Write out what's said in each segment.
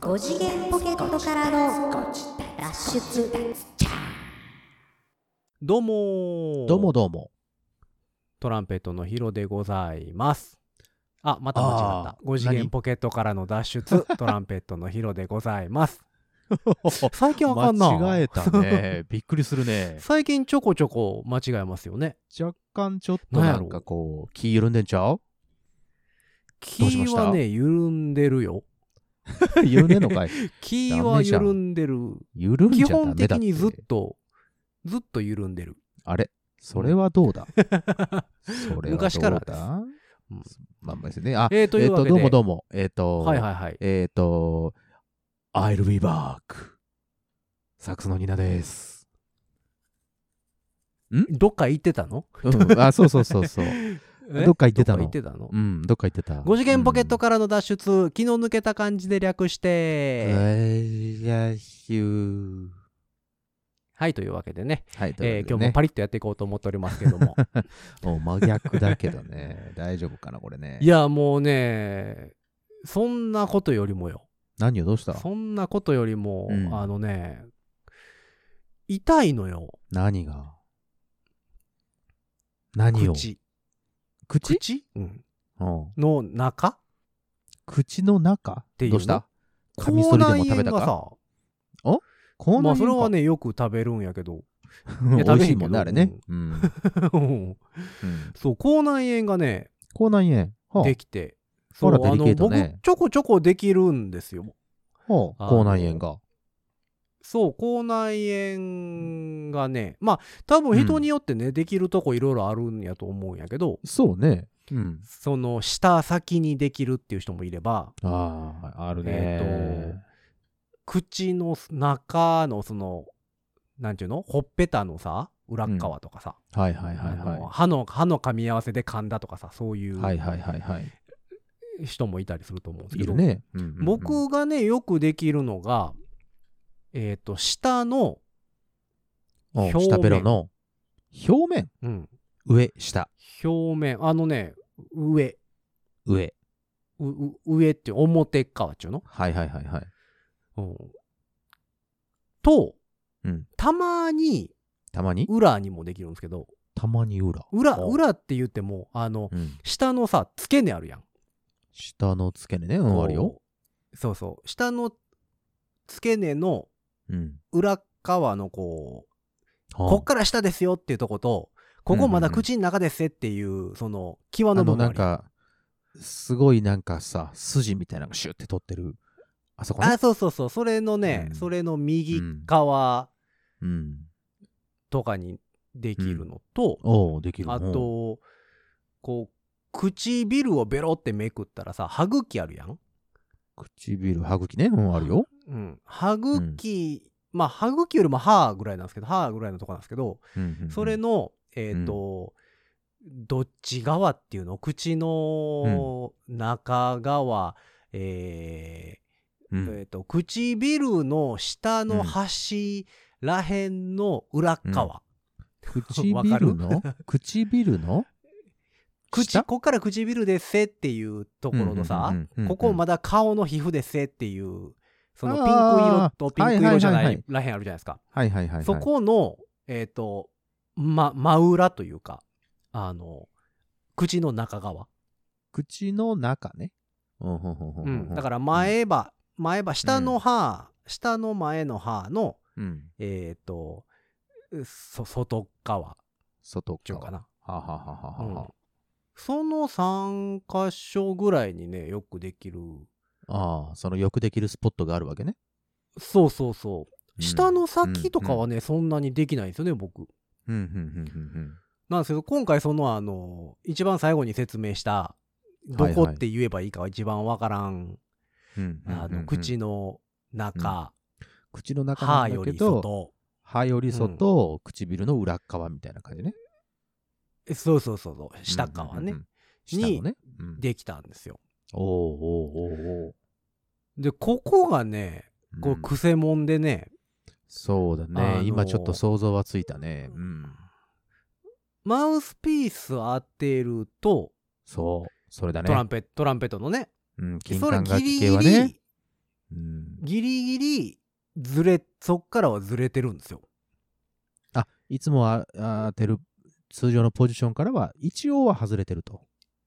5次元ポケットからの脱出どうもーどうもどう も。トランペットのヒロでございますあまた間違ったあー5次元何ポケットからの脱 出トランペットのヒロでございます最近あかんな間違えたね。びっくりするね。 最近ちょこちょこ間違えますよね若干ちょっとなんかこう、気緩んでん ちゃうどうし気ましたはね緩んでるよ緩んでんのかい気は緩んでる緩んじ基ゃダメだ本って。的にずっとずっと緩んでる、 あれそれはどうだそれは昔からですどうだうんまあまあですね。あ、ええっ、ー、というわと、けで、どうもどうも。えっ、と、はいはいはいえっ、と、I'll be back. サックスのニナです。どっか行ってたのう ん、あ、そうそうそうそう。えどっか行ってたのどっか行ってたのうん、どっか行ってた。 5次元ポケットか、からの脱出、気の抜けた感じで略しうて、ん、らしゅうはいというわけでねはい、とえーいう今ことでね日もパリッとやっていこうと思っておりますけど ももう真逆だけどね。 大丈夫かな、これね。いやもうねそんなことよりもよ何をどうしたそんなことよりも、うんあのね痛いのよ何が何を口口口、うんうん、の中っ口の中ていうどうしたカミソリでも食べ口内炎たがかさ口まあ内炎かそれは、ねよく食べるんやけど うんいや美食べへんけど味しいもんね、あれね。うん。うん うんそう口内炎がね口内炎。はできてあそうらデリケートあのね僕ちょこちょこできるんですよあはああの口内炎が。そう口内炎がねまあ多分人によってね、できるとこいろいろあるんやと思うんやけどそうね。うん。その舌先にできるっていう人もいればああ、あるね。え口の中のそのなんていうのほっぺたのさ裏っ側とかさ、はいはいはいあのは歯の歯の噛み合わせで噛んだとかさそういい。はいうはいはいはい。人もいたりすると思うんですいけど、るね。うんうんうん、僕がねよくできるのがえっ、と舌の、うん、表面下ベロの表面。うん、上、下、表面あのね上上。うう上っていう表っ側っちゅうの、はいはいはいはい。うんと、うんたまにたまに裏にもできるんですけどたまに裏。裏お裏って言ってもあのうん。下のさ付け根あるやん。下の付け根ね。うん、あるよ。こうそうそう下の付け根のうん。裏側のこうはあこっから下ですよっていうとことここまだうんうんうん口の中ですっていうその際のあ部の、分なあんるやんか、すごいなんかさ、筋みたいなのがシュッて取ってる。あそこねあ。そうそうそうそれのね、うんそれの右側うん。とかにできるのと、おおできる。あと、こう、唇をベロってめくったらさ、歯茎あるやん。うん、唇、歯茎ね。うん、あるよ。うん。歯茎、まあ、歯茎よりも歯ぐらいなんですけど、歯ぐらいのとこなんですけど、うんうんうんそれの、えっ、と、どっち側っていうの口の中側、えうーんえっと、唇の下うのん端らへんの裏っ側。わかる 唇の唇の口、下こっから唇ですっていうところのさ、うんうんうんうんここまだ顔の皮膚ですねっていう、そのピンク色とピンク色じゃあーはいないはいははいいらへんあるじゃないですか。はいはいはいはい。そこの、えっ、と、ま、真裏というか、あの、口の中側。口の中ね。うんうんうんうんう。うんんだから前歯、前歯、下の歯、下の前の歯の、うんえっ、と、そ、外側外っていうのか側。な。はあはあはあはあはあその3箇所ぐらいにね、よくできる。ああ、そのよくできるスポットがあるわけね。そうそうそう。うん下の先とかはね、そんなにできないんですよね、僕。うんうんうんうんなんですけど、今回そのあの、一番最後に説明した、どこって言えばいいかは一番わからん、うんうんうんあうんうの、ん口の中、口の中な歯んだよけりど外。歯より外、唇の裏っ側みたいな感じねえそうそうそうそう、下側ね、うんうんうん下のね、うん、できたんですよ。おおうおうおうおうで、ここがね、こうれんクセモンでね、そうだね、あのー今ちょっと想像はついたねうんマウスピース当てると、そうそれだねトランペット、トランペットのね、うん、金それ管楽ギリ器系ギはリね、うんギリギリずれそっからはずれてるんですよあ、いつもはあ当てる通常のポジションからは一応は外れてると。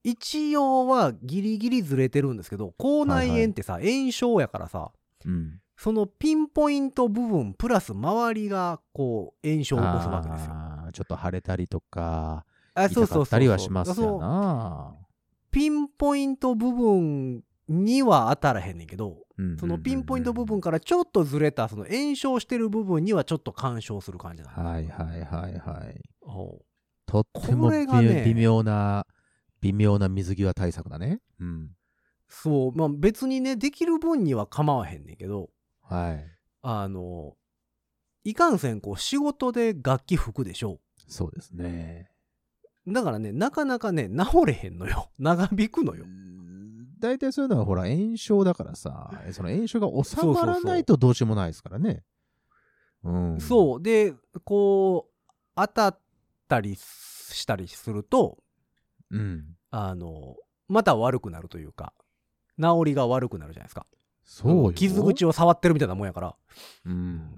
一応はギリギリずれてるんですけど口内炎ってさ、炎症やからさうん。そのピンポイント部分プラス周りがこう炎症を起こすわけですよ。あーちょっと腫れたりとか、あ痛かったりはしますよそうな。ピンポイント部分には当たらへんねんけどうんそのピンポイント部分かからちょっとずれたその炎症してる部分にはちょっと干渉する感じなの。はいはいはいはい。おうとってもこれがね微微妙な、微妙な水際対策だね。うん。そうまあ別にねできる分には構わへんねんけどはい。あのいかんせんこう仕事で楽器吹くでしょう。そうですね。だからね、なかなかね、治れへんのよ。 長引くのうよ。ん大体そういうのはほら炎症だからさ、その炎症が収そうまそうらそなういとどうしようもないですからね。うん。そう。で、こう、当たったりしたりすると、う。うん。あの、また悪くなるというか、治りが悪くなるじゃないですか。そうよ。傷口を。を触ってるみたいなもんやから。うん。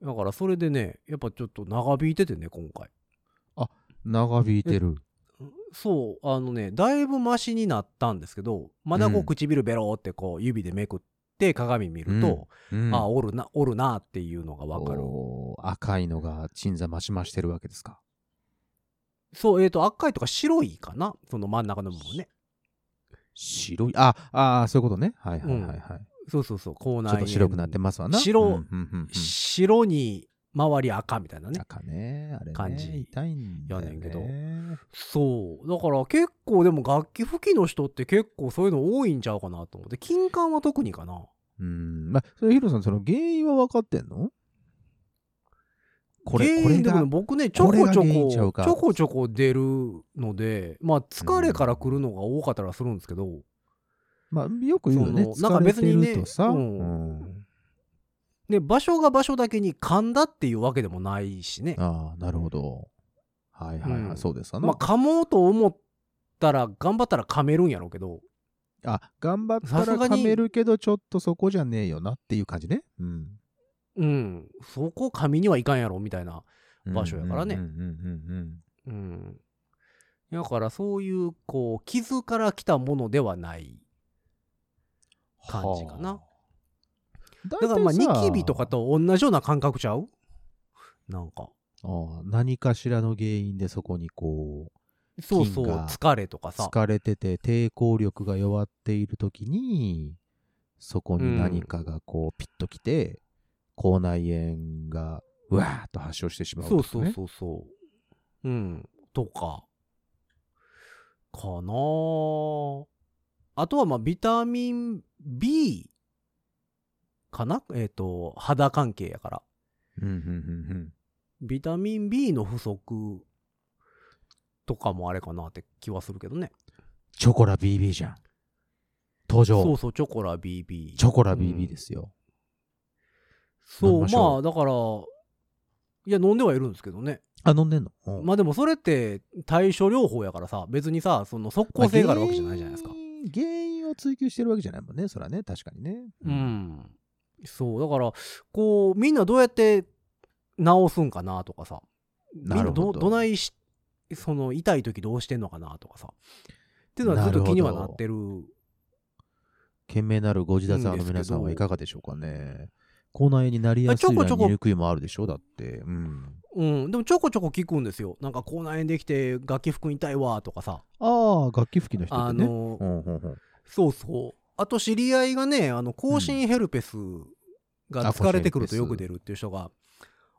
だからそれでね、やっぱちょっと長引いててね、今回。長引いてる。そう、あのね、だいぶマシになったんですけど、まだこううん唇ベローってこう指でめくって鏡見ると、うんあ、おるな、おるなっていうのがわかる。おー赤いのが鎮座増し増してるわけですか。そう、えっ、と、赤いとか白いかなその真ん中の部分ね。白い。あ、あーそういうことね。はいはいはいはい。そうそうそう、口内ちょっ炎と白くなってますわな。白うんうんうんうん白に周り赤みたいなね。赤ね、あれね。感じ痛いんだよ、ね。やねんけどそう。だから結構でも楽器吹きの人って結構そういうの多いんちゃうかなと思って。金管は特にかな。うん。まあ、それヒロさん、その原因は分かってんのこれ、こ原れ因でもねが。僕ね、ちょこちょこれが原因こ、ちちゃうかょこちょこ出るので、まあ疲れから来るのが多かったらするんですけど、まあ、よく言うよね。そのなん疲かれ別てにねるとさ、うんうんで、場所が場所だけに噛んだっていうわけでもないしね。ああ、なるほど。はいはいはい、うんそうですわなまあ噛もうと思ったら、頑張ったら噛めるんやろうけど、あ、頑張ったさらすがに噛めるけど、ちょっとそこじゃねえよなっていう感じね。うん。うん、そこ噛みにはいかんやろみたいな場所やからねうんうんうんうんうん。だからそういう、こう、傷から来たものではない。感じかなはあ。だからまあ、大体ニさキビとかと同じような感覚ちゃうなんか。ああ何かしらの原因でそこにこそうそう、菌が疲れとかう、さ。疲れてて抵抗力が弱っているときに、そこに何かがこう、ピッときて、口内炎が、うわーっと発症してしまうとそか、うね。そうそうそう。うん。とか。かなああとは、まあ、ビタミン B かなえっ、と、肌関係やから。うんうんうんうん。ビタミン B の不足とかもあれかなって気はするけどね。チョコラ BB じゃん。登場。そうそう、チョコラ BB。チョコラ BB ですよ。飲そみう、ましょうまあ、だから、いや、飲んではいるんですけどね。あ、飲んでんの、うんまあでも、それって対処療法やからさ、別にさ、その即効性があるわけじゃないじゃないですかまあ。原因原因を追求してるわけじゃないもんね。それはね、確かにね。うん。そう、だから、こう、みんなどうやって治すんかなとかさ、みんななるほどどどないし、その痛い時どうしてんのかなとかさ、っていうのはずっと気にはなってる。懸命なるご自立派の皆さんはいかがでしょうかね。口内炎になりやすいあちょこちのょこにくいもあるでしょだって。うん。うん、でもちょこちょこ聞くんですよ。なんか口内炎できて楽器服痛いわとかさ、ああ、楽器吹きの人っあてね。の、うんうんうんそうそう。あと知り合いがね、あの、更新ヘルペスあが疲れてくると更新ヘルペスよく出るっていう人が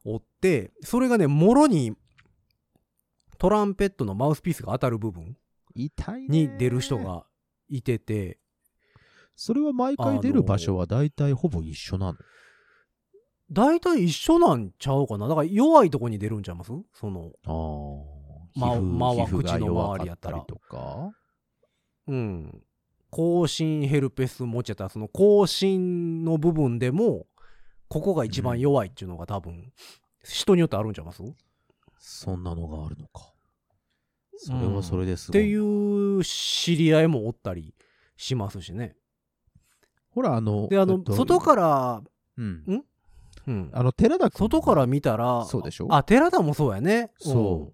おって、それがね、もろにトランペットのマウスピースが当たる部分痛いね。に出る人。がいてて、それは毎回出る場所は大体ほぼ一緒なの。大体一緒なんちゃうかな。だから弱いとこに出るんちゃいますその、ああ。ま皮膚まわ皮膚が口の弱周りかやっったたらりとか。うん。更新ヘルペス持っちゃったら、その更新の部分でも、ここが一番弱いっていうのが多分、人によってあるんちゃいますそんなのがあるのか。それはそれですっごていないう知り合いもおったりしますしね。ほら、あの、であえのっと外から、うんん。うん、あの、寺田君。外から見たらそうでしょあ寺田もそうやねそ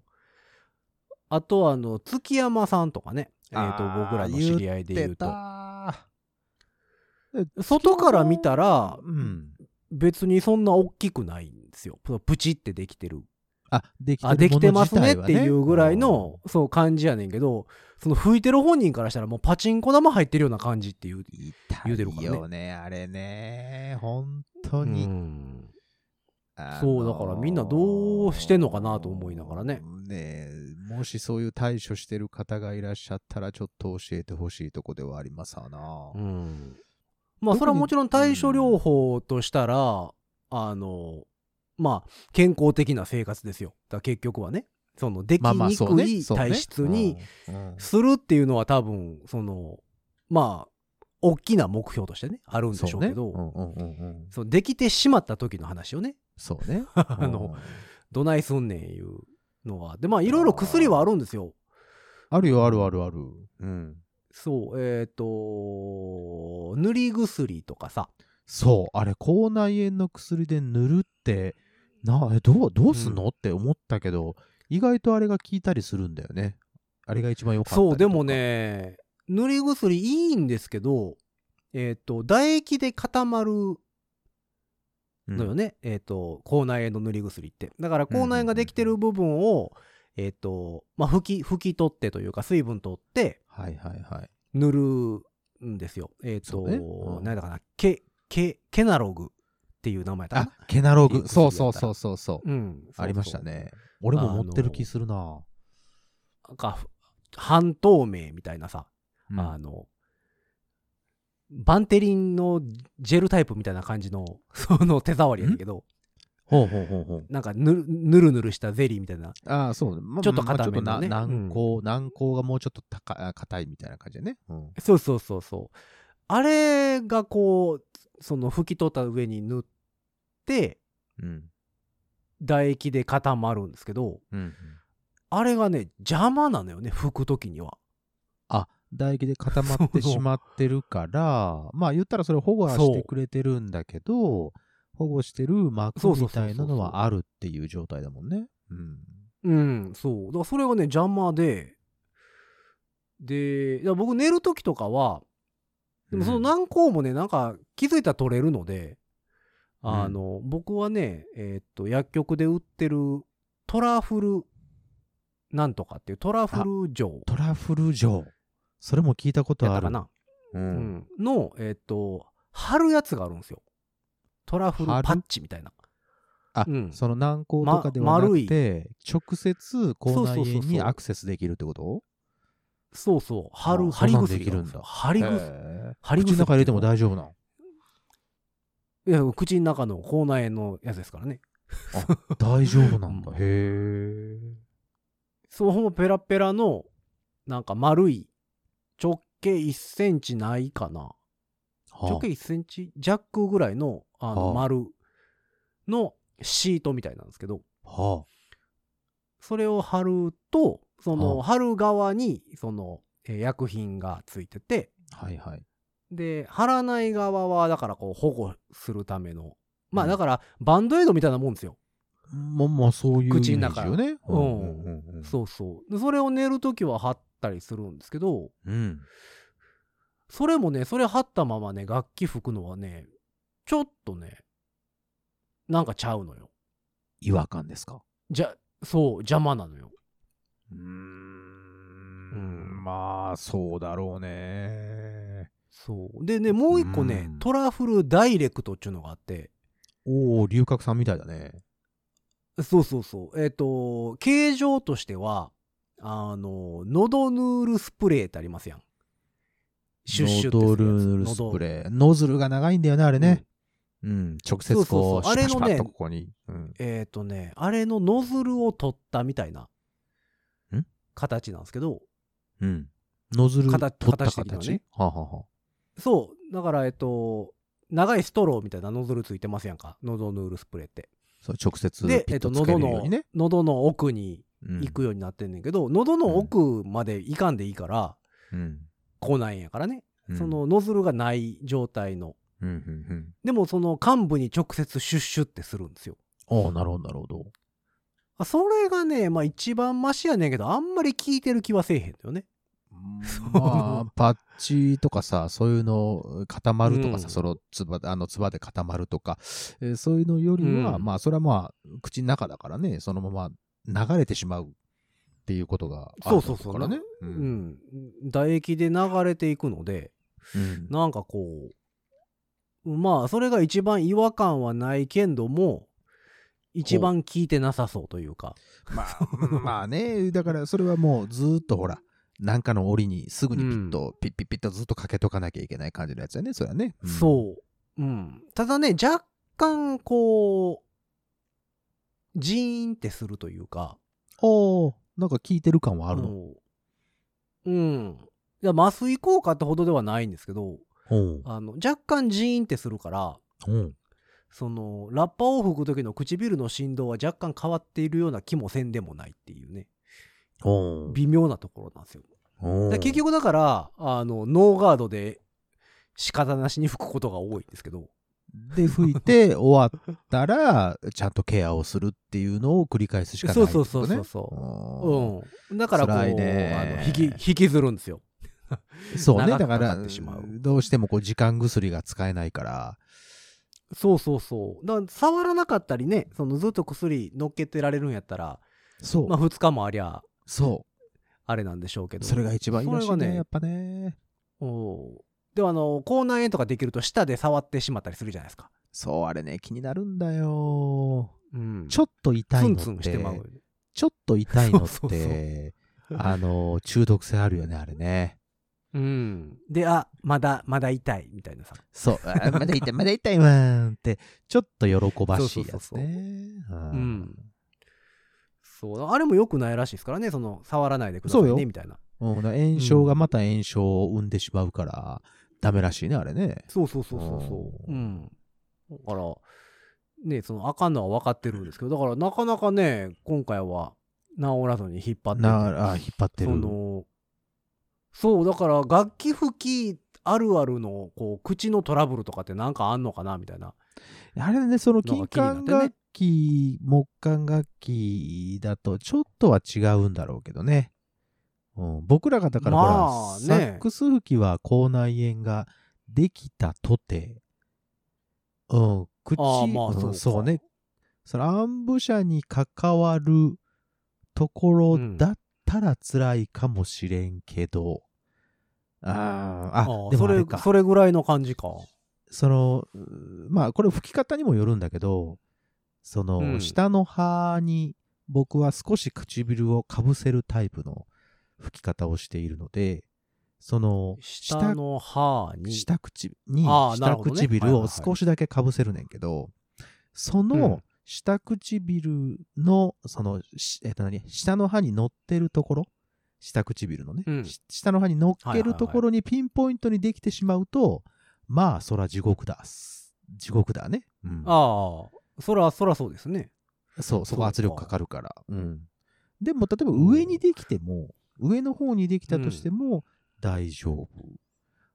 うんあとあの月山さんとかねえっ、とあー僕らの知り合いで言うとた外から見たらうん。別にそんな大きくないんですよそのプチってできてるあ、できてるあできてますねっものて自体はいうぐらいの、そう感じやねんけどその吹いてる本人からしたらもうパチンコ玉入ってるような感じっていううん言うてるからね痛いよね、あれね。本当に。うんあのーそうだからみんなどうしてんのかなと思いながらね。ねえもしそういう対処してる方がいらっしゃったら、ちょっと教えてほしいとこではありますわな。うんまあそれはもちろん対処療法としたら、あのまあ健康的な生活ですよだから結局はねそのできまあまあ、にそうくね。いそうね体質に、うんうんするっていうのは多分そのまあ大きな目標としてねあるんでしょうけどそうねうんうんうんうんそうできてしまった時の話をねそうね。 あのうん、どないすんねんいうのがでまあいろいろ薬はあるんですよあるよ、あるあるある。うん。そうえっ、と塗り薬とかさそう、あれ、口内炎の薬で塗るって、なえどうどうすんの、うんって思ったけど、意外とあれが効いたりするんだよね。あれが一番良かったりとか。そうでも。ね塗り薬いいんですけどえっ、と唾液で固まるうんのよね、えっ、と口内炎の塗り薬ってだから口内炎ができてる部分を、えっ、とまあ拭き拭き取ってというか水分取ってはいはいはい。塗るんですよえっ、そと、うねうんなんだかなケケケナログっていう名前だあな、ケナロいいグ。薬そやっうたそらうそうそうそう。うんそうそうありましたね。俺も持ってる気するな。なんか半透明みたいなさうんあの、バンテリンのジェルタイプみたいな感じの、 その手触りやねんけど、ほうほうほうほう。なんかぬるぬるぬるしたゼリーみたいな。ああ、そうね。まちょっと硬めのねまあちょっとうなん軟膏、軟膏がもうちょっと高あ硬いみたいな感じだね。うんそうそうそうそう。あれがこう、その拭き取った上に塗って、うん。唾液で固まるんですけど、うん。あれがね、邪魔なのよね、拭くときには。あ唾液で固まってそうしまってるからまあ言ったらそれ保護はしてくれてるんだけど保護してる膜みたいなのはあるっていう状態だもんね。うんうん、そう。だからそれがね、邪魔で、で、だから僕寝るときとかは、でもその軟膏もね、なんか気づいたら取れるので、うんあの、僕はね、えーっと、薬局で売ってるトラフル、なんとかっていうトラフル錠トラフル錠それも聞いたことやっあたるか。な、ううんんの、えーっと、貼るやつがあるんですよ。トラフルパ貼るッチみたいな。あうんその軟膏とかではなくて直接口内炎にアクセスできるってことそうそう、貼る、あ貼りそんなん薬できるんだがあですよ貼りへ薬。え貼り口薬の中入れても大丈夫 なのいや、口の中の口内炎のやつですからね。大丈夫なんだ。うんへえ。そう、ほぼペラペラの、なんか丸い、直径1センチないかな。直径1センチ弱ぐらいのあはのあ丸のシートみたいなんですけどはそれを貼るとそのは貼る側にそのえー薬品がついててあはいはい。で貼らない側はだからこう保護するためのまあうんだからバンドエイドみたいなもんですよ。まあまあそういうイメ口ーのジ中よね。うんうんそうそうでそれを寝るときは貼ったりするんですけどうん。それもねそれ貼ったままね楽器吹くのはねちょっとねなんかちゃうのよ。違和感ですか。じゃそう邪魔なのよ。うーんんまあそうだろうね。そう。でね、もう一個ねう、んトラフルダイレクトっていうのがあって、おお龍角さんみたいだね。そうそうそう。えっ、と、形状としては、あの、ノドヌールスプレーってありますやん。シュッシュってノドすルるやつヌルスプノレー。ノズルが長いんだよねあれドね。うんうん。直接そうこそううそうあシュパれシュのねパッとここに。うんえっ、とね、あれのノズルを取ったみたいなん形なんですけど、うん。ノズル取っ形た形的な形ね。はあはあはあそう。だから、えっ、と、長いストローみたいなノズルついてますやんか。ノドヌールスプレーって。そう直接で、ピえッっ、とと、つけれ喉るようのにね。、喉の奥にうん行くようになってんねんけど、喉の奥まで行かんでいいから、うん。口内炎やからねうんそのノズルがない状態の。うんうんでもその患部に直接シュッシュってするんですよ。うん。ああ、なるほど、なるほど。あそれがね、まあ一番マシやねんけど、あんまり効いてる気はせえへんのよね。まあ、パッチとかさ、そういうの固まるとかさ、うんそのつば、あの、つばで固まるとか、えーそういうのよりは、うんまあ、それはまあ、口の中だからね、そのまま流れてしまうっていうことがあるだろそうそうそうからね。ううんん。唾液で流れていくので、うんなんかこう、まあそれが一番違和感はないけんども、一番効いてなさそうというか。まあ、まあね、だからそれはもうずーっとほら、なんかの折にすぐにピッと、ピッピッピッとずっとかけとかなきゃいけない感じのやつだね、それはね。うんそう。うん。ただね、若干こう、ジーンってするというか。おーなんか効いてる感はあるの。のうん。いや、麻酔効果ってほどではないんですけど、おうあの、若干ジーンってするから、うん。その、ラッパを吹く時の唇の振動は若干変わっているような気もせんでもないっていうね、おう微妙なところなんですよ。おだうから結局だから、あの、ノーガードで仕方なしに吹くことが多いんですけど、で、吹い て終わったら、ちゃんとケアをするっていうのを繰り返すしかないってこと、ね。そうそうそうそうそうん。だからこう、あ辛いねの引き、引きずるんですよ。うん。そうね、長だくかからかってしまう、どうしてもこう、時間薬が使えないから、そうそうそう。だから触らなかったりね、そのずっと薬乗っけてられるんやったら、そう、まあ2日もありゃ、そあれなんでしょうけう、ど。それが一番いいらしいそれね、がねやっぱね。おーでもあの、口内炎とかできると舌で触ってしまったりするじゃないですか。そう、あれね、気になるんだよ。うんちょっと痛ツいンのツっンしてて、まうよね。ちょっと痛いのって、そうそうそうあの、中毒性あるよね、あれね。うん。で、あ、まだ、まだ痛い、みたいなさ。そう、あーまだ痛い、まだ痛いわーんって、ちょっと喜ばしいやつ そうそうそうそうね。うんうんそう。あれも良くないらしいですからね、その、触らないでくださいそうね、よみたいな。うん、だから炎症がまた炎症を生んでしまうから、ダメらしいね、あれね。そうそうそうそうそう。ううん。だから、ね、その、あかんのは分かってるんですけど、だからなかなかね、今回は治らずに引っ張っててなあ、引っ張ってる。そのそうだから楽器吹きあるあるのこう口のトラブルとかってなんかあんのかなみたいなあれね、そののが気になって金管ね楽器、木管楽器だとちょっとは違うんだろうけどね。うん、僕らがだからほら、まあねサックス吹きは口内炎ができたとて、うん、口、ああまあんそうかそうね。そのアンブ社に関わるところだったら辛いかもしれんけど、ああ、あ、ーでもそあれれか。それぐらいの感じかその、うーまあ、これ吹き方にもよるんだけど、その、うん下の歯に僕は少し唇をかぶせるタイプの吹き方をしているので、その、下の歯に下口に、あーな下るほどねはい唇はいをはい少しだけかぶせるねんけど、そうのん、下唇の、その、しえっと何、下の歯に乗ってるところ、下唇のね、うんし下の歯に乗っけるところにピンポイントにできてしまうと、まあ、そら地獄だ。す地獄だね。うん、ああそらそらそうですねそう、そうそこか圧力かかるから。うん。でも、例えば上にできても、上の方にできたとしても大丈夫。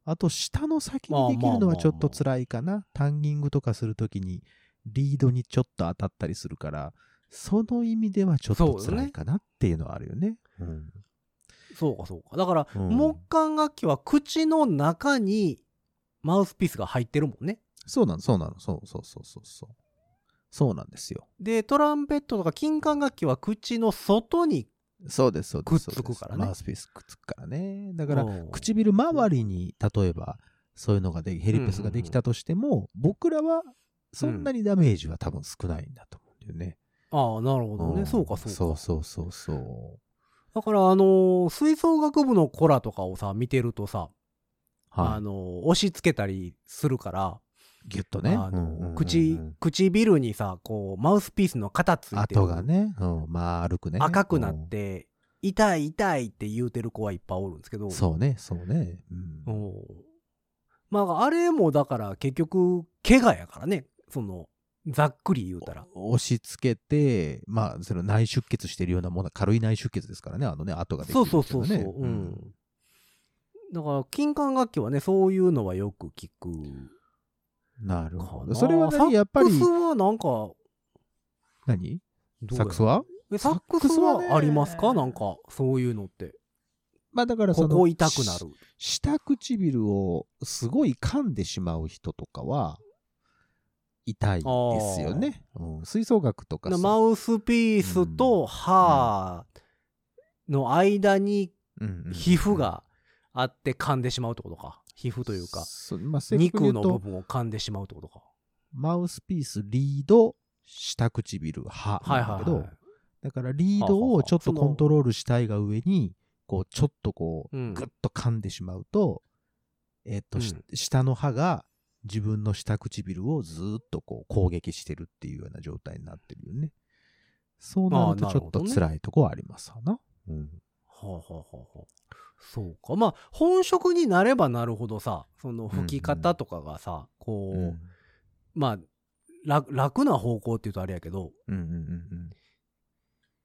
あと、下の先にできるのはちょっと辛いかな。タンギングとかするときに、リードにちょっと当たったりするから、その意味ではちょっと辛いかなっていうのはあるよね。うんそうかそうかだから、うん木管楽器は口の中にマウスピースが入ってるもんねそうなの、そうなの、そうそうそうそうそう。そうなんですよ。でトランペットとか金管楽器は口の外にそうです、そうです。くっつくからねそうですマウスピースくっつくからね。だから、うん唇周りに、例えば、そういうのがで、ヘリペスができたとしても、僕らは、そんなにダメージは多分少ないんだと思うんだよね。ああなるほどね、んそうかそうかそうそうそうそう。だからあのー吹奏楽部の子らとかをさ見てるとさ、あはのー押し付けたりするから、い。ギュッとね。あのーうんうんうんうん口唇にさこうマウスピースの型ついて跡がね、うん、丸くね。赤くなって、痛い痛いって言うてる子はいっぱいおるんですけうどん。そうね、そうね。うんうんまああれもだから結局怪我やからねそのざっくり言うたら押し付けて、まあ、その内出血してるようなもの、軽い内出血ですからね、あのね、跡ができそるうっていそううのそうはそう、うねんだから、金管楽器はね、そういうのはよく聞くなるかほな。ど。それはサッ何やっぱりク、スはなんか、何どうサックスはえサックサックススはねはありますかなんか、そういうのって。まあだからそこの、こ痛くなしる。下唇をすごい噛んでしまう人とかは、痛いですよね。うん、吹奏楽とかなさマウスピースと歯の間にうんうん皮膚があって噛んでしまうってことか。皮膚というか、そまあ、正確に肉言うのと部分を噛んでしまうってことか。マウスピース、リード、下唇、歯はいなんだはけいど、はい。だからリードをちょっとコントロールしたいが上に、こう、ちょっとこう、うんぐっと噛んでしまうと、えっと、しうん下の歯が自分の下唇をずーっとこう攻撃してるっていうような状態になってるよね。そうなるとあーちなるょっとほどね辛いとこはありますわな。うん。はあはあはあはあそうかまあ本職になればなるほどさその吹き方とかがさ、こう、うんまあ楽楽な方向っていうとあれやけどうんうんうん。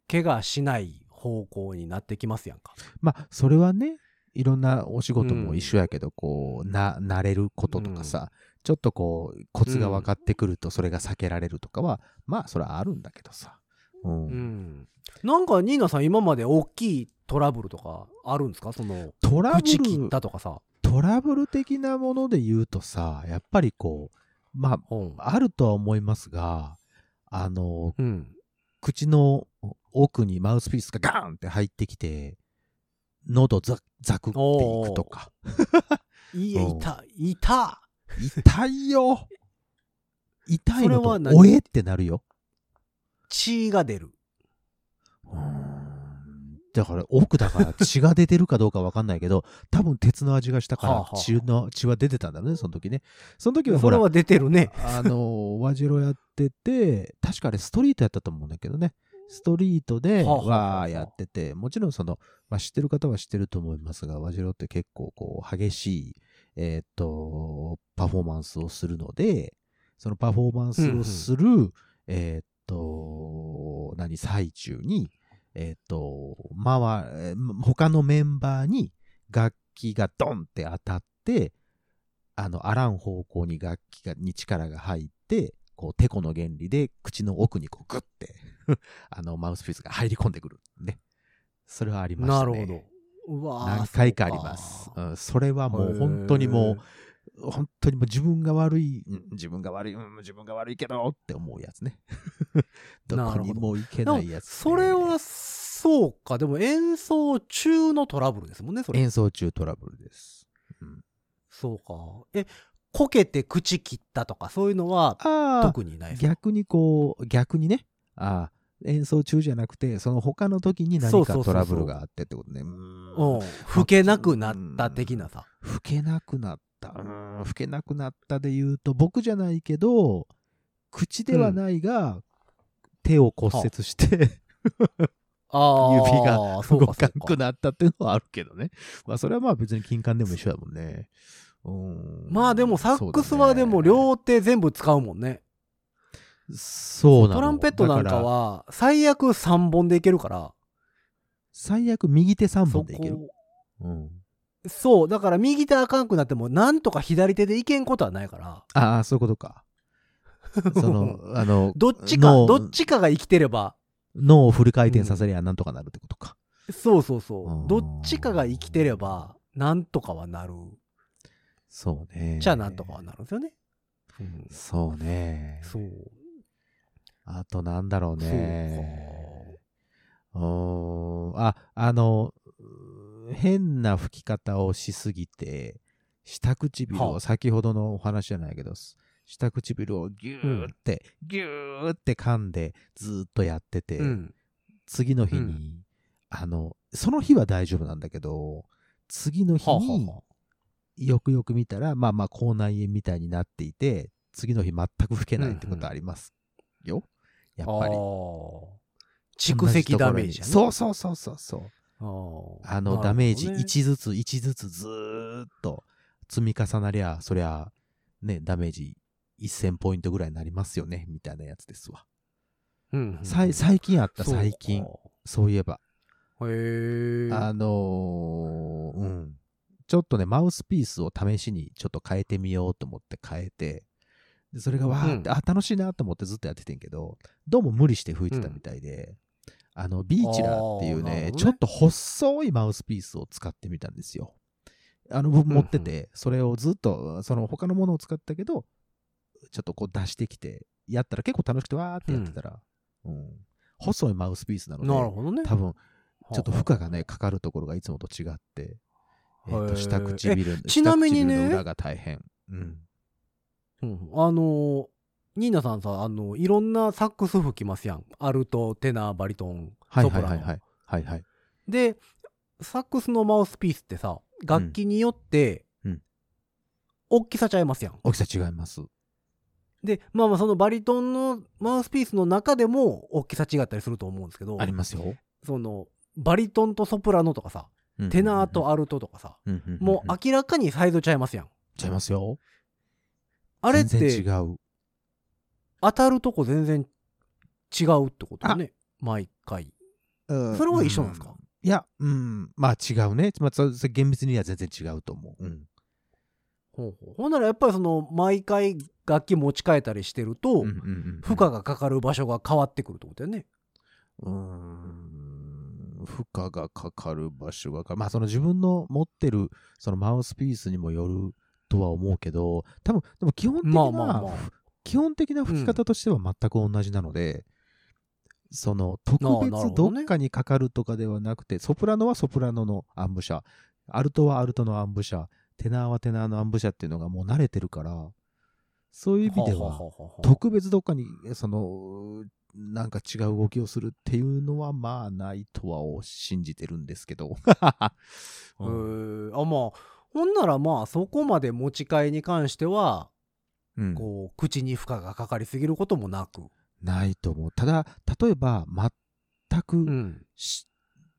怪我しない方向になってきますやんか。まあそれはねいろんなお仕事も一緒やけど、こうな慣れることとかさ、ちょっとこうコツが分かってくるとそれが避けられるとかは、まあそれはあるんだけどさ、うんうん、なんかニーナさん今まで大きいトラブルとかあるんですかそのトラブ口切っルたとかさ。トラブル的なもので言うとさやっぱりこうまうんああるとは思いますがあのうん、口の奥にマウスピースがガーンって入ってきて喉ザザクっていくとかいやうんいたいた痛いよ痛いのそれはと何おえってなるよ。血が出る。だから奥だから血が出てるかどうかわかんないけど多分鉄の味がしたはあかはあら血の血は出てたんだろうねその時ねその時はそほれらは出てるね。あの和白やってて確かあれストリートやったと思うんだけどねストリートではあはあはあわーやっててもちろんその、まあ、知ってる方は知ってると思いますが和白って結構こう激しいえーっとパフォーマンスをするのでそのパフォーマンスをする、えーっと何最中にえーっとまわえー他のメンバーに楽器がドンって当たってあのあらん方向に楽器がに力が入ってこうてこの原理で口の奥にこうグッて あのマウスピースが入り込んでくるねそれはありましなたるねほど。うわー何回かありますそううかん、それはもう本当にもう本当にもう自分が悪い、うん自分が悪い、うん自分が悪いけどって思うやつね。ど なこるほどにも行でけもないやつ、それはそうかでも演奏中のトラブルですもんねそれ演奏中トラブルです。そうかえこけて口切ったとかそういうのはあ特にないあ、ですか逆にこう、逆にね、ああ、演奏中じゃなくて、その他の時そうに何そうそうかそうトラブルがあってってことね。うーうんん吹けなくなった的なさ吹けなくなった。うーん吹けなくなったで言うと、僕じゃないけど、口ではないが、手を骨折 して、あー指がそう動かそかんうくかなったっていうのはあるけどね。まあそれはまあ別に金管でも一緒だもんね。うんまあでもサックスはでも両手全部使うもんねそうだねそうなのトランペットなんかだらは最悪3本でいけるから最悪右手そ3本こでいける。うん、そうだから右手あかんくなってもなんとか左手でいけんことはないからああそういうことか。そ のあのどっちか脳どっちかが生きてれば脳をフル回転させりゃなんとかなるってことか。そうそうそうう。んどっちかが生きてれば、なんとかはなる。そうね。じゃあなんとかはなるんですよね。うんそうね。そう。あとなんだろうそうね。おーあ、あの、うー変な吹き方をしすぎて、下唇はあを、先ほどのお話じゃないけど、す下唇をギューって、ギューって噛んで、ずーっとやってて、か。うん。次の日に、うんあの、その日は大丈夫なんだけど、次の日はあはにあはあよくよく見たら、まあまあ、口内炎みたいになっていて、次の日全く吹けないってことありますよ、やっぱりあ。ー蓄積ダメージやね。そうそうそうそうそう。あーあなるほどのねダメージ1ずつ1ずつずーっと積み重なりゃそりゃねダメージ1000ポイントぐらいになりますよねみたいなやつですわ、うん。さい最近あったそうか最近へそういえばえ。あのーうんちょっとね、マウスピースを試しにちょっと変えてみようと思って変えて、でそれがわーって、うんあ、楽しいなと思ってずっとやっててんけど、どうも無理して吹いてたみたいで、あの、ビーチラーっていうあーなるほどねねちょっと細いマウスピースを使ってみたんですよ。あの、僕持ってて、それをずっと、その他のものを使ったけど、ちょっとこう出してきて、やったら結構楽しくてわーってやってたら、うん細いマウスピースなので、なるほどね。多分ちょっと負い。荷がね、かかるところがいつもと違って、えーへとー下唇のちなみにね下唇の裏が大変。うん。うんあの、ニーナさんさ、あの、いろんなサックス吹きますやん。アルト、テナー、バリトン、はいソプはいラノ。はいはい。はいはい。で、サックスのマウスピースってさ、楽器によって、うんうん大きさちゃいますやん。大きさ違います。で、まあまあ、そのバリトンのマウスピースの中でも大きさ違ったりすると思うんですけどあ、りますよ。その、バリトンとソプラノとかさ、テナーとアルトとかさ、うんうんうんうん、もうあ明らかにサイズちゃいますやん。ちゃいますよ。あれっ全然違て、う。当たるとこ全然違うってことよね。毎回。うんそれは一緒なんですか、ういや、うん。まあ違うね。まあ、そそれ厳密には全然違うと思う。うん。ほうほうほんならやっぱりその、毎回楽器持ち替えたりしてると、うんうんうん負荷がかかる場所が変わってくるってことよね。うーん負荷がかかる場所がかまあその自分の持ってるそのマウスピースにもよるとは思うけど多分でも基本的な、まあまあまあふ基本的な吹き方としては全く同じなので、その特ああなるほ別どどねっかにかかるとかではなくて、ソプラノはソプラノのアンブシャアルトはアルトのアンブシャテナーはテナーのアンブシャっていうのがもう慣れてるからそういう意味ではほうほうほうほう特別どっかにそのなんか違う動きをするっていうのはまあないとはを信じてるんですけど、 うんへーあまあほんならまあそこまで持ち替えに関しては、うんこう口に負荷がかかりすぎることもなく、ないと思うただ例えば全くし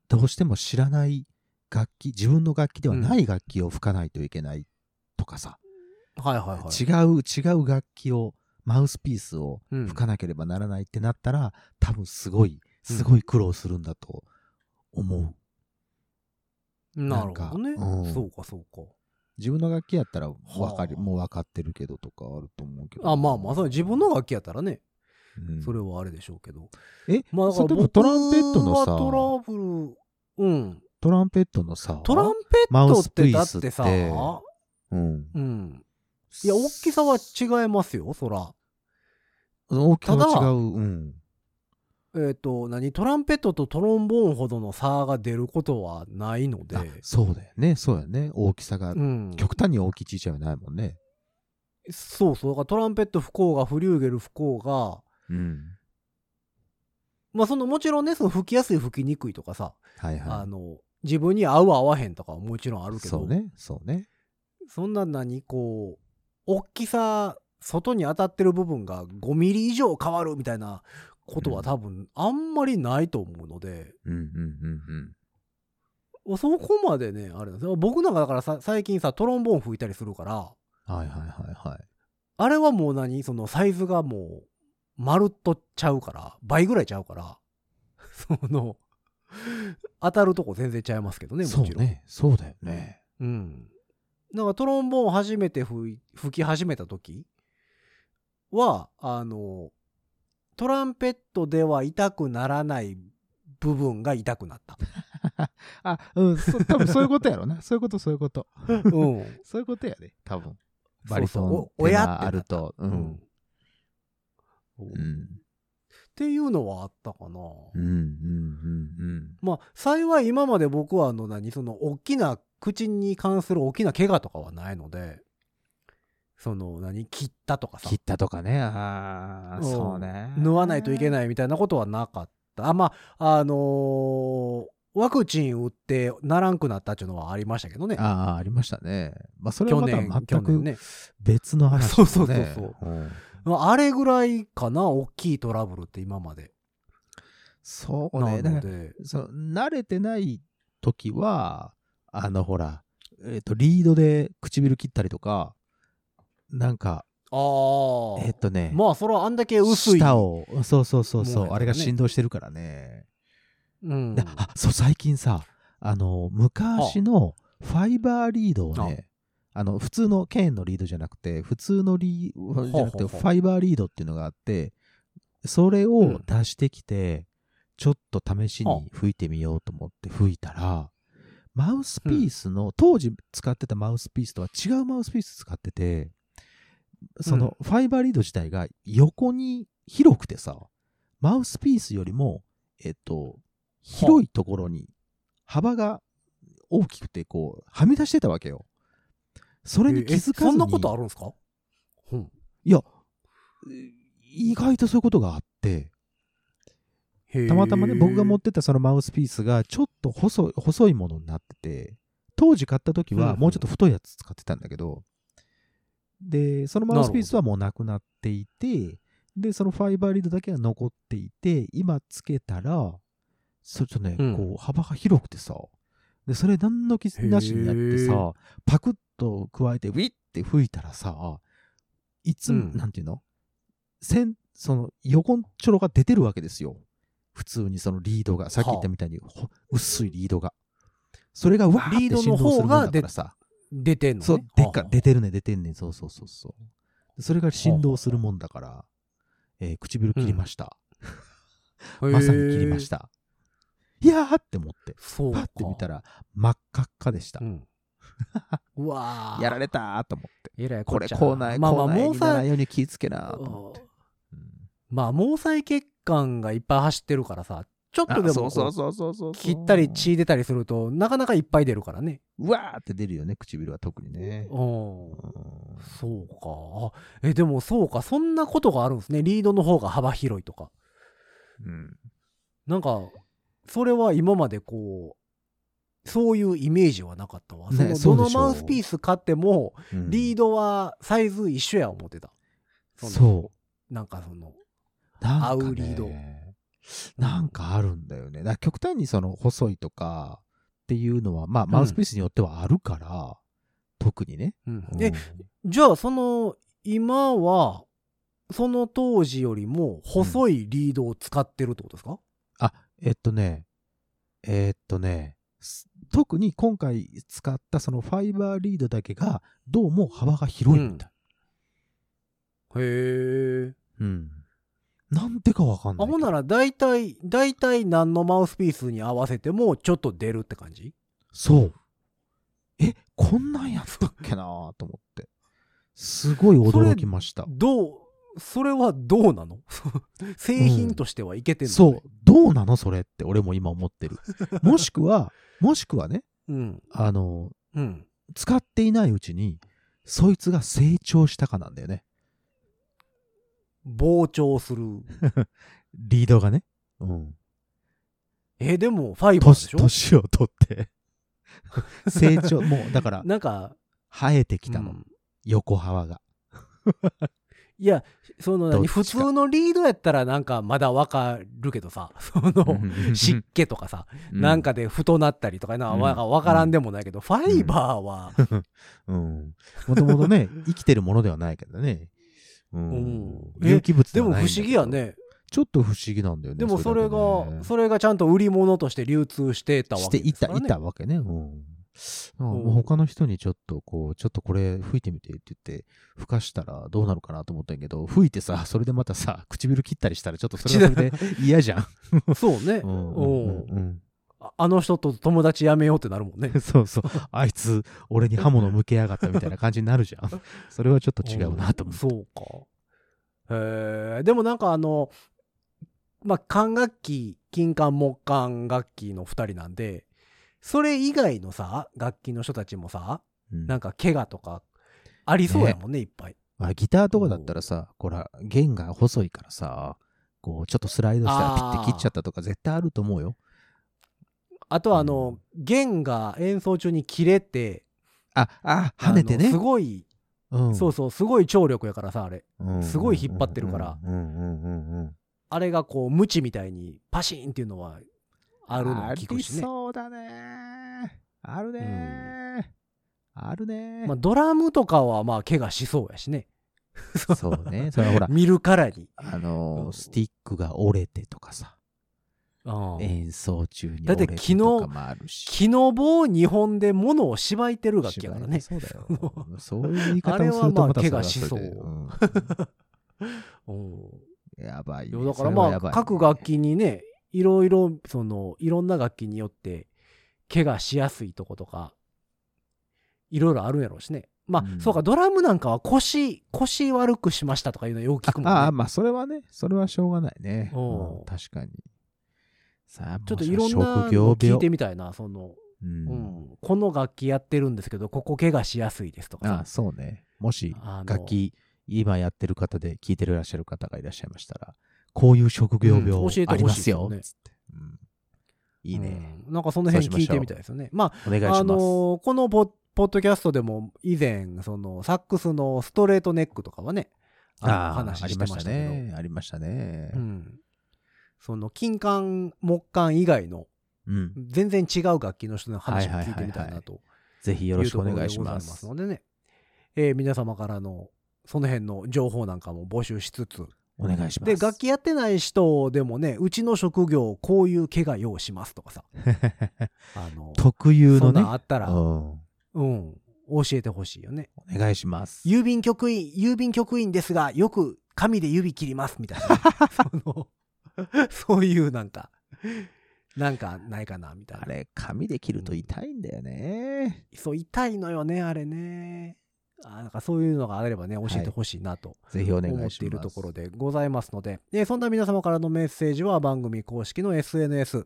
どうしても知らない楽器自分の楽器ではない楽器を吹かないといけないとかさ、はいはいはい違う違う楽器をマウスピースをうん吹かなければならないってなったら、多分すごいすごい苦労するんだと思う、なるほどね、なんかうんそうかそうか自分の楽器やったら分かり、はあもう分かってるけどとかあると思うけど。あまあまあそれ自分の楽器やったらね、うんそれはあれでしょうけどえ、まあだからそれでも僕トランペットのはさ、トラブルうんトランペットのさ、トランペマッウトスっピてだーっスっててさうん。うんいや大きさは違いますよそら大きさはた違だう。うん。えっ、と何トランペットとトロンボーンほどの差が出ることはないのであ、そうだよね、そうだよね。大きさが、うん、極端に大きいちいちゃいはないもんね。そうそうだからトランペット不幸がフリューゲル不幸がうん。まあそのもちろんねその吹きやすい吹きにくいとかさ、はいはい。あの自分に合う合わへんとかはもちろんあるけどそうね、そうね。そんな何こう大きさ外に当たってる部分が5ミリ以上変わるみたいなことは多分あんまりないと思うので、うんうんうんうん。そこまでねあれなんですよ僕なんかだからさ最近さトロンボーン吹いたりするからはいはいはいはい。あれはもう何そのサイズがもう、まるっとちゃうから、倍ぐらいちゃうから、 その、当たるとこ全然ちゃいますけどね、もちそろ。うんね、そうだよね。うん。なんかトロンボーン初めて吹い吹き始めた時は、あの、トランペットでは痛くならない部分が痛くな った。あ、うん、そ多分そういうことやろな。そういうこと、そういうこと。うん。そういうことやね、多分。そバうリそトうン、おテナ親ってなーったアルト、う。。うんそううっん。ていうのはあったかな。うん、うん、うん。まあ幸い今まで僕はあの何その大きな口に関する大きな怪我とかはないのでその何切ったとかさ切ったとかね、ああ、うんそうね。縫わないといけい。ないみたいなことはなかったあまああのーワクチン打ってならんくなったっていうのはありましたけどねああ、ありましたね。まあ、それ去はまた年去年全くね別の話、ね。そうそうそうそううんまああれぐらいかな大きいトラブルって今までそうなね。だのからでその慣れてない時は、あの、ほら、えっ、と、リードで唇切ったりとか、なんか、ああ、えっ、とね、まあそれはあんだけ薄い舌を、そうそうそうそもんやかう、らねあれが振動してるからね。うんであそう最近さあの昔のファイバーリードをね、あの、普通のケーンのリードじゃなくて、普通のリほうーほうじゃなくほて、うファイバーリードっていうのがあって、それを出してきて、ちょっと試しに吹いてみようと思って吹いたら、マウスピースの、当時使ってたマウスピースとは違うマウスピース使ってて、そのファイバーリード自体が横に広くてさ、マウスピースよりも、えっと、広いところに幅が大きくて、こう、はみ出してたわけよ。それに気づかずに、えそんなことあるんですかうん。いや、意外とそういうことがあって、へーたまたまね、僕が持ってたそのマウスピースが、ちょっと細い、細いものになってて、当時買った時うんはうんもうちょっと太いやつ使ってたんだけど、で、そのマウスピースはもうなくなっていて、で、そのファイバーリードだけが残っていて、今つけたら、それとね、うんこう、幅が広くてさ、で、それ何の気なしにやってへさー、パクッと加えて、ウィッて吹いたらさ、いつも、うんなんていうの線、その横んちょろが出てるわけですよ。普通にそのリードが、さっき言ったみたいに、ほ薄いリードが。それがわーってリード振の動す方るもんがだからさ、出てんの、ね、そう、でっかは、あ出てるね、出てんね、そうそうそうそう。それが振動するもんだから、えー唇切りました。まさに切りまし。へーた。いやーって思って、そうパかッ。て見たら、真っ赤っかでしたう。 ん。うわーやられたーと思って。えらいこっれちゃ口内、まあまあ、口内毛にならな細いように気ぃつけなーと思っうてん。うんまあ、毛細血管がいっぱい走ってるからさ、ちょっとであそもうそうこそうそうそうう切ったり血出たりすると、なかなかいっぱい出るからね。うわーって出るよね唇は特にねうんう。んそうか。あえ、でもそうか。そんなことがあるんですね。リードの方が幅広いとか。うんなんか、それは今までこう、そういうイメージはなかったわ。ねそのそうどでのしょマウスピース買っても、うんリードはサイズ一緒や思ってた。のそなんかその、うなんか、ね、合うリードなんかあるんだよねだから極端にその細いとかっていうのはまあマウスピースによってはあるから、特にね、うんうんえ、じゃあその、今は、その当時よりも細いリードを使ってるってことですか、えっとねえっとねす特に今回使ったそのファイバーリードだけがどうも幅が広いみたい、へえ。うんなんでかわかんなあ、いけほどんなら大体、大体何のマウスピースに合わせてもちょっと出るって感じそう。え、こんなんやったっけなぁと思って。すごい驚きました。どう、それはどうなの 製品としてはいけてんの、そう。どうなのそれって俺も今思ってる。 もしくは、もしくはね、う。うん。あの、うん。使っていないうちに、そいつが成長したかなんだよね。膨張する。リードがね。うん。え、でも、ファイバーで年、しょ年を 取って。成長、もう、だから、なんか、生えてきたの。うん横幅が。いや、そのどっ何、ちか普通のリードやったらなんかまだわかるけどさ、 その、湿気とかさ、うんなん、かで太なったりとかな、うんわわからんでもないけど、ファイバーは、うん。もともとね、生きてるものではないけどね。うん。うんえ有機物でもは不ないんだけ思ど議や。ね。ちょっと不思議なんだよね。でもそれだけねが、それがちゃんと売り物として流通してたわしけてでいすかた、らね。いたわけね。うん。あもううん他の人にちょっとこう、ちょっとこれ吹いてみてって言って、吹かしたらどうなるかなと思ったんやけど、吹いてさ、それでまたさ、唇切ったりしたらちょっとそれはそ れで嫌じゃん。そうね。 うんううんんうんああの人と友達やめようってなるもんねう。ん。そうそう。あいつ、俺に刃物向けやがったみたいな感じになるじゃ ん。それはちょっと違うなと思って。そうか。へえでもなんかあの、まあ、管楽器、金管、木管楽器の2人なんで、それ以外のさ、楽器の人たちもさ、うんなんか怪我とかありそうやもんね、いっぱい。まあ、ギターとかだったらさ、こら、弦が細いからさ、こう、ちょっとスライドしたらピッあーて切っちゃったとか絶対あると思うよ。あとはあうの、弦が演奏中に切れて、あ、あ、跳ねてあのねす。ごい、うんそうそう、すごい張力やからさ、あれ。うんすごい引っ張ってるからうんうんうんうんうん。あれがこう、無知みたいにパシーンっていうのはああるのを聞くしりね。そうだね。あるね。あるね。まあ、ドラムとかはまあ、怪我しそうやしね。そうね。それはほら、見るからに。あのうー、んスティックが折れてとかうさ。ん演奏中にだって折れるとかもあるし。木の棒2本で物をしばいてる楽器やからね。そうだよ。そういう言い方をするとまたれれであれはうんうんやばいいやね。だからそれはまやあ、ばいね各楽器にねいろいろそのいろんな楽器によって怪我しやすいとことかいろいろあるんやろうしねまあ、うんそうかドラムなんかは腰腰悪くしましたとかいうのよく聞くもんねああ、まあ、それはね、それはしょうがないね。おううん確かに。さあ、ちょっといろんもうな職の業聞い病て。みたいなその、う。うんんこの楽器やってるんですけどここ怪我しやすいですとかああ、さそうね。もし、あの楽器、今やってる方で聞いてらっしゃる方がいらっしゃいましたら、こういう職業病うん教えてありほましいすですよよ。ねつってうんいいね。うんなんかその辺聞いてみたいですよねまあお願いします。あのーこのポッポッドキャストでも以前そのサックスのストレートネックとかはねあのあ話ありしてままししたたけど、ね。ありましたねう。ん、その金管木管以外のうん。全然違う楽器の人の話をはいはいはいはい聞いてみたいなというぜひとよころろでしくごおざい願まいしますす。のでね、えー皆様からのその辺の情報なんかも募集しつつお願いしまです。楽器やってない人でもねうちの職業こういう怪我用しますとかさあの 特有そのんなね。んあったら、うんおうん、教えてほしいよね。願いします。郵便局員、郵便局員ですが、よく紙で指切りますみたい な。その、そういうなんか、なんかないかなみたいあな。れ、紙で切ると痛いんだよね。そう、痛いのよね、あれね。あなんかそういうのがあればね、教えてほしいなとぜひお願いし思まっす。ているところでございますので、えーそんな皆様からのメッセージは番組公式の SNS、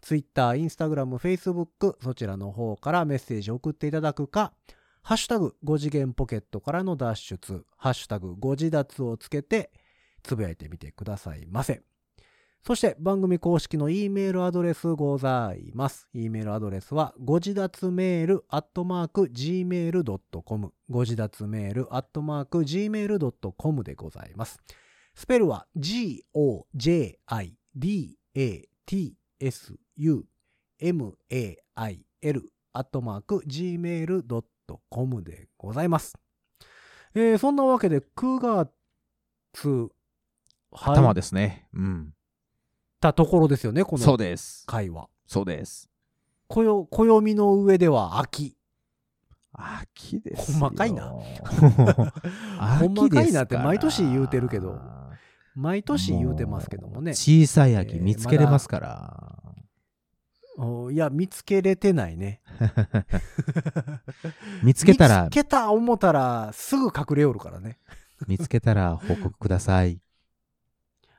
Twitter、Instagram、Facebook、そちらの方からメッセージを送っていただくか、ハッシュタグ5次元ポケットからの脱出、ハッシュタグ5次脱をつけて、つぶやいてみてくださいませ。そして番組公式の E メールアドレスございます。E メールアドレスは、ご自立メールアットマーク Gmail.com。ご自立メールアットマーク Gmail.com でございます。スペルは G-O-J-I-D-A-T-S-U-M-A-I-L アットマーク Gmail.com でございます。えーそんなわけで9月頭ですね。うん。ったところですよね、こそうのです。回は。そうです。暦暦の上では 秋。秋ですほんまかいな。ほんま秋かでいすならって毎年言うてるけど、毎年言うてますけどもね。小さい秋えー見つけれますから。おいや、見つけれてないね。見つけたら見つ、けた思たらすぐ隠れおるからね。見つけたら報告ください。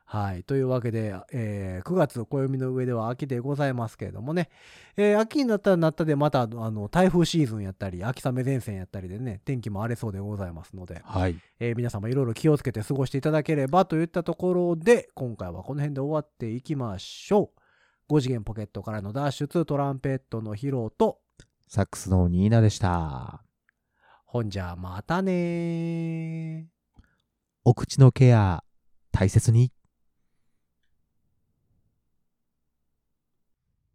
はい。というわけで、えー9月、暦の上では秋でございますけれどもね、えー秋になったらなったで、また、あの、台風シーズンやったり、秋雨前線やったりでね、天気も荒れそうでございますので、はい。えー皆様いろいろ気をつけて過ごしていただければといったところで今回はこの辺で終わっていきましょう5次元ポケットからの脱出トランペットの披露とサックスのニーナでした。ほんじゃまたねー。お口のケア、大切に。